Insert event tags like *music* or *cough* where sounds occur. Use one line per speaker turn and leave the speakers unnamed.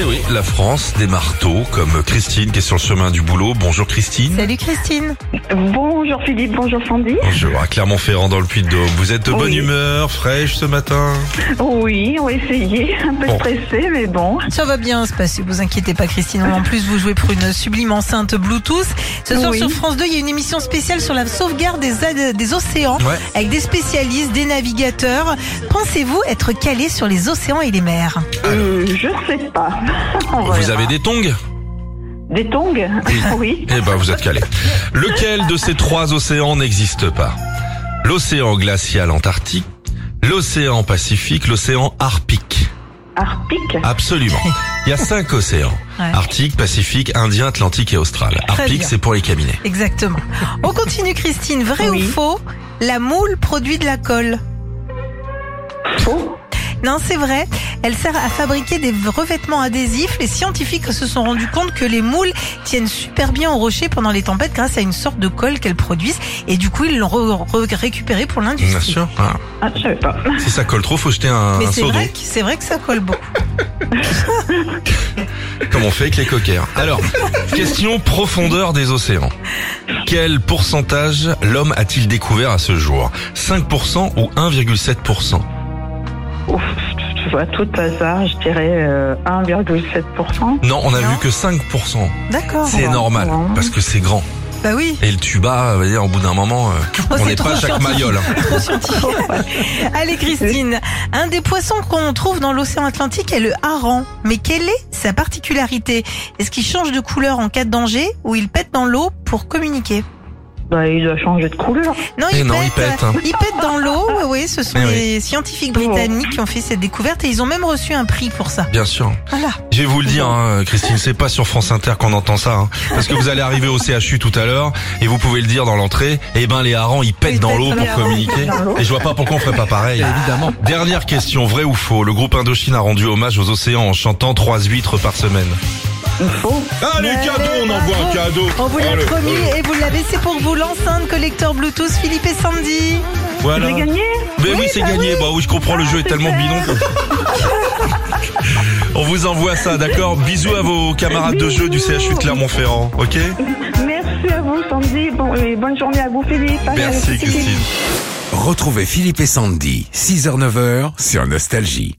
Eh oui, la France, des marteaux, comme Christine qui est sur le chemin du boulot. Bonjour Christine.
Salut Christine.
Bonjour Philippe, bonjour Sandy.
Bonjour à Clermont-Ferrand dans le Puy-de-Dôme. Vous êtes de bonne
Oui.
humeur, fraîche ce matin
Oui, on va essayer, un peu
Bon.
stressé, mais bon.
Ça va bien se passer, vous inquiétez pas Christine. En plus, vous jouez pour une sublime enceinte Bluetooth. Ce soir
Oui.
sur France 2, il y a une émission spéciale sur la sauvegarde des, ad- des océans
Ouais.
avec des spécialistes, des navigateurs. Pensez-vous être calé sur les océans et les mers
Euh, je sais pas. On
Vous
verra.
avez des tongs
Des tongs *laughs* Oui.
Eh ben, vous êtes calé. Lequel de ces trois océans n'existe pas L'océan glacial antarctique, l'océan pacifique, l'océan arctique.
Arctique
Absolument. Il y a cinq océans.
*laughs* Ouais.
Arctique, Pacifique, Indien, Atlantique et Austral. Arctique,
bien.
c'est pour les cabinets.
Exactement. On continue Christine, vrai
Oui.
ou faux La moule produit de la colle.
Ah.
Faux
Non, c'est vrai. Elle sert à fabriquer des revêtements adhésifs. Les scientifiques se sont rendus compte que les moules tiennent super bien au rocher pendant les tempêtes grâce à une sorte de colle qu'elles produisent. Et du coup, ils l'ont re- re- récupérée pour
Bien
l'industrie.
sûr. Ah,
ah, Je savais pas.
si ça colle trop, faut jeter un,
Mais
un
c'est
seau d'eau.
vrai, que- c'est vrai que ça colle beaucoup.
comme on fait avec les coquères. Alors, question profondeur des océans. Quel pourcentage l'homme a-t-il découvert à ce jour 5% ou 1,7%
Ouf, tu vois, tout hasard, je dirais euh, 1,7%.
Non, on a
Non. Ah bah,
vu que 5%.
D'accord.
C'est
ouais,
normal,
ouais.
parce que c'est grand.
Bah oui.
Et le tuba, vous voyez, au bout d'un moment, euh,
Oh,
on
c'est
n'est pas
trop
chaque
scientifique.
maillole. hein.
Trop scientifique.
*laughs*
Allez, Christine. Un des poissons qu'on trouve dans l'océan Atlantique est le hareng. Mais quelle est sa particularité Est-ce qu'il change de couleur en cas de danger ou il pète dans l'eau pour communiquer
Bah, il doit changer de couleur.
Non,
Eh
il,
non, il
pète,
pète, hein.
il pète dans l'eau. Oui, oui, ce sont
Eh oui.
des scientifiques britanniques qui ont fait cette découverte et ils ont même reçu un prix pour ça.
Bien sûr.
Voilà.
Je vais vous le dire, hein, Christine, c'est pas sur France Inter qu'on entend ça, hein. parce que vous allez arriver au CHU tout à l'heure et vous pouvez le dire dans l'entrée. Eh ben, les harengs, ils pètent
Ils
dans
pètent
l'eau
dans
pour
les harengs,
communiquer. Et je vois pas pourquoi on ferait pas pareil. Évidemment. Dernière question, vrai ou faux Le groupe Indochine a rendu hommage aux océans en chantant trois huîtres par semaine.
Faux
Allez,
Allez,
cadeau, on
bravo.
envoie un cadeau.
On vous l'a
Allez. Euh,
promis et vous l'avez, c'est pour vous l'enceinte collecteur Bluetooth Philippe et Sandy.
Voilà.
J'ai gagné
Mais oui, c'est gagné. Bah oui, je comprends, le jeu est tellement bidon. que- On vous envoie ça, d'accord Bisous à vos camarades de jeu du CHU de Clermont-Ferrand, ok
Merci à vous, Sandy. Bon, et bonne journée à vous, Philippe. Allez,
Merci Christine.
Retrouvez Philippe et Sandy, 6h-9h sur Nostalgie.